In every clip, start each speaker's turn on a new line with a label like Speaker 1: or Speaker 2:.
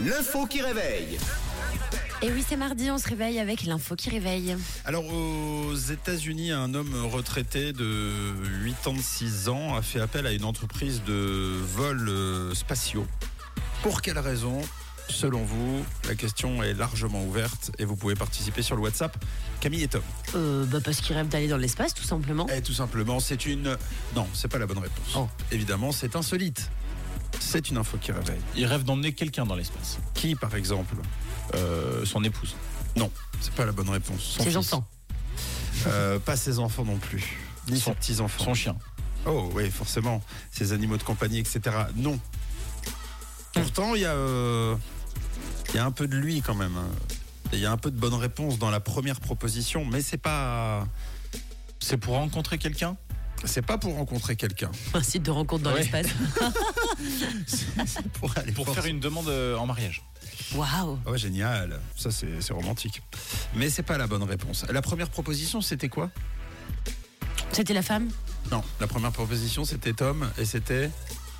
Speaker 1: L'info qui réveille.
Speaker 2: Et oui, c'est mardi, on se réveille avec l'info qui réveille.
Speaker 3: Alors aux États-Unis, un homme retraité de 86 ans a fait appel à une entreprise de vols euh, spatiaux. Pour quelle raison Selon vous, la question est largement ouverte et vous pouvez participer sur le WhatsApp. Camille et Tom.
Speaker 2: Euh, bah parce qu'il rêve d'aller dans l'espace, tout simplement.
Speaker 3: Eh, tout simplement, c'est une. Non, c'est pas la bonne réponse.
Speaker 2: Oh.
Speaker 3: Évidemment, c'est insolite. C'est une info qui réveille.
Speaker 4: Il rêve d'emmener quelqu'un dans l'espace.
Speaker 3: Qui, par exemple
Speaker 4: Euh, son épouse.
Speaker 3: Non, c'est pas la bonne réponse. Son
Speaker 2: Ses
Speaker 3: fils.
Speaker 2: enfants.
Speaker 3: Euh, pas ses enfants non plus. Ni
Speaker 4: Son-
Speaker 3: ses petits-enfants.
Speaker 4: Son chien.
Speaker 3: Oh oui, forcément, ces animaux de compagnie, etc. Non. Pourtant, il y, a, euh, il y a un peu de lui quand même. hein. Il y a un peu de bonne réponse dans la première proposition, mais c'est pas
Speaker 4: C'est pour rencontrer quelqu'un
Speaker 3: c'est pas pour rencontrer quelqu'un,
Speaker 2: Un site de rencontre dans
Speaker 4: Ouais.
Speaker 2: l'espace.
Speaker 3: c'est pour aller
Speaker 4: Pour
Speaker 3: forcer-
Speaker 4: faire une demande euh, en mariage.
Speaker 2: Waouh
Speaker 3: Oh génial, ça c'est c'est romantique. Mais c'est pas la bonne réponse. La première proposition c'était quoi
Speaker 2: C'était la femme
Speaker 3: Non, la première proposition c'était Tom et c'était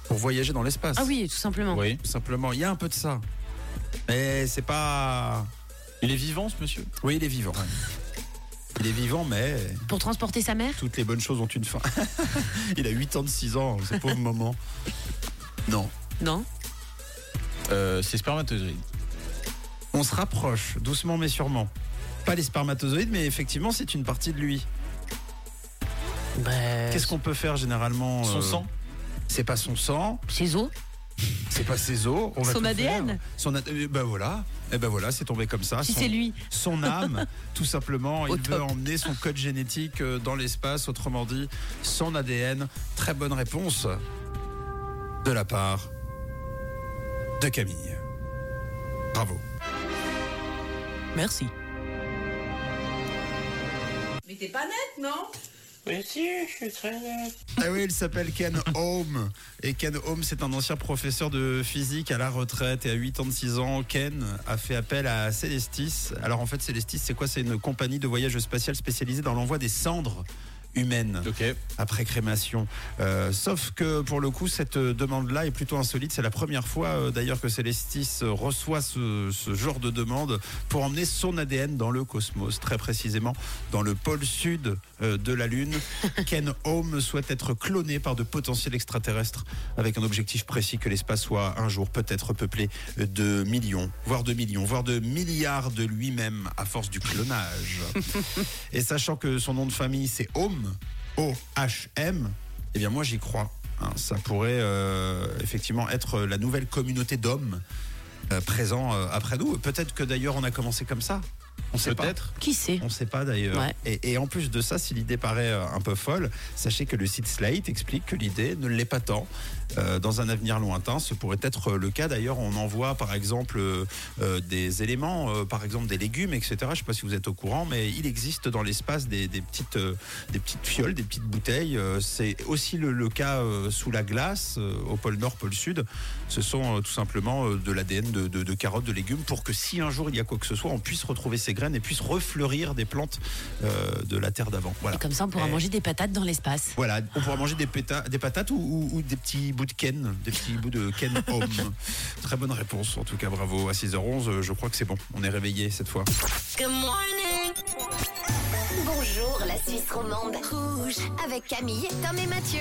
Speaker 3: pour voyager dans l'espace.
Speaker 2: Ah oui, tout simplement.
Speaker 4: Oui.
Speaker 3: Tout simplement, il y a un peu de ça. Mais c'est pas
Speaker 4: Il est vivant, ce monsieur
Speaker 3: Oui, il est vivant. Il est vivant, mais
Speaker 2: Pour transporter sa mère
Speaker 3: toutes les bonnes choses ont une fin. il a 86 ans, ce pauvre moment. Non.
Speaker 2: Non.
Speaker 4: euh, C'est spermatozoïde.
Speaker 3: On se rapproche, doucement mais sûrement. Pas les spermatozoïdes, mais effectivement, c'est une partie de lui. Qu'est-ce qu'on peut faire généralement
Speaker 4: Eh, Son
Speaker 3: euh,
Speaker 4: sang
Speaker 3: C'est pas son sang,
Speaker 2: Ses os
Speaker 3: c'est pas ses os. On va
Speaker 2: Son
Speaker 3: tout
Speaker 2: ADN.
Speaker 3: faire. Son ADN. Ben voilà. Et ben voilà, c'est tombé comme ça.
Speaker 2: Si
Speaker 3: Son-
Speaker 2: c'est lui.
Speaker 3: son âme, tout simplement.
Speaker 2: Au
Speaker 3: Il
Speaker 2: top.
Speaker 3: veut emmener son code génétique euh, dans l'espace, autrement dit, son ADN. Très bonne réponse de la part de Camille. Bravo.
Speaker 2: Merci.
Speaker 5: Mais t'es pas nette, non
Speaker 6: Mais si, je suis très net.
Speaker 3: Ah oui, il s'appelle Ken Home. Et Ken Home, c'est un ancien professeur de physique à la retraite. Et à 86 ans, Ken a fait appel à Celestis. Alors en fait, Celestis, c'est quoi C'est une compagnie de voyage spatial spécialisée dans l'envoi des cendres humaines.
Speaker 4: Ok.
Speaker 3: après crémation. Euh, sauf que pour le coup, cette euh, demande-là est plutôt insolite. C'est la première fois euh, d'ailleurs que Celestis euh, reçoit ce, ce genre de demande pour emmener son ADN dans le cosmos, très précisément dans le pôle sud euh, de la Lune. Ken Home souhaite être cloné par de potentiels extraterrestres avec un objectif précis que l'espace soit un jour peut-être peuplé de millions, voire de millions, voire de milliards de lui-même à force du clonage. Et sachant que son nom de famille c'est Home, O-H-M, eh bien moi j'y crois. hein. ça pourrait euh, effectivement être la nouvelle communauté d'hommes euh, présents euh, après nous. Peut-être que d'ailleurs on a commencé comme ça. On sait pas.
Speaker 4: Peut-être.
Speaker 2: Qui c'est
Speaker 3: On sait pas d'ailleurs.
Speaker 2: Ouais.
Speaker 3: Et, et en plus de ça, si l'idée paraît euh, un peu folle, sachez que le site Slate explique que l'idée ne l'est pas tant. Euh, dans un avenir lointain, ce pourrait être le cas. D'ailleurs, on envoie par exemple euh, euh, des éléments, euh, par exemple des légumes, etc. Je ne sais pas si vous êtes au courant, mais il existe dans l'espace des, des petites, euh, des petites fioles, des petites bouteilles. Euh, C'est aussi le, le cas euh, sous la glace, euh, au pôle Nord, pôle Sud. Ce sont euh, tout simplement euh, de l'ADN de, de- de carottes, de légumes, pour que si un jour il y a quoi que ce soit, on puisse retrouver ces graines et puisse refleurir des plantes euh, de la terre d'avant. Voilà.
Speaker 2: Et comme ça, on pourra
Speaker 3: Eh.
Speaker 2: manger des patates dans l'espace.
Speaker 3: Voilà, on pourra manger des, péta- des patates ou, ou- ou des petits bouts de ken, des petits bouts de ken home. Très bonne réponse, en tout cas, bravo. À 6h11, euh, je crois que c'est bon. On est réveillé cette fois.
Speaker 7: Bonjour la Suisse romande. Rouge avec Camille, Tom et Mathieu.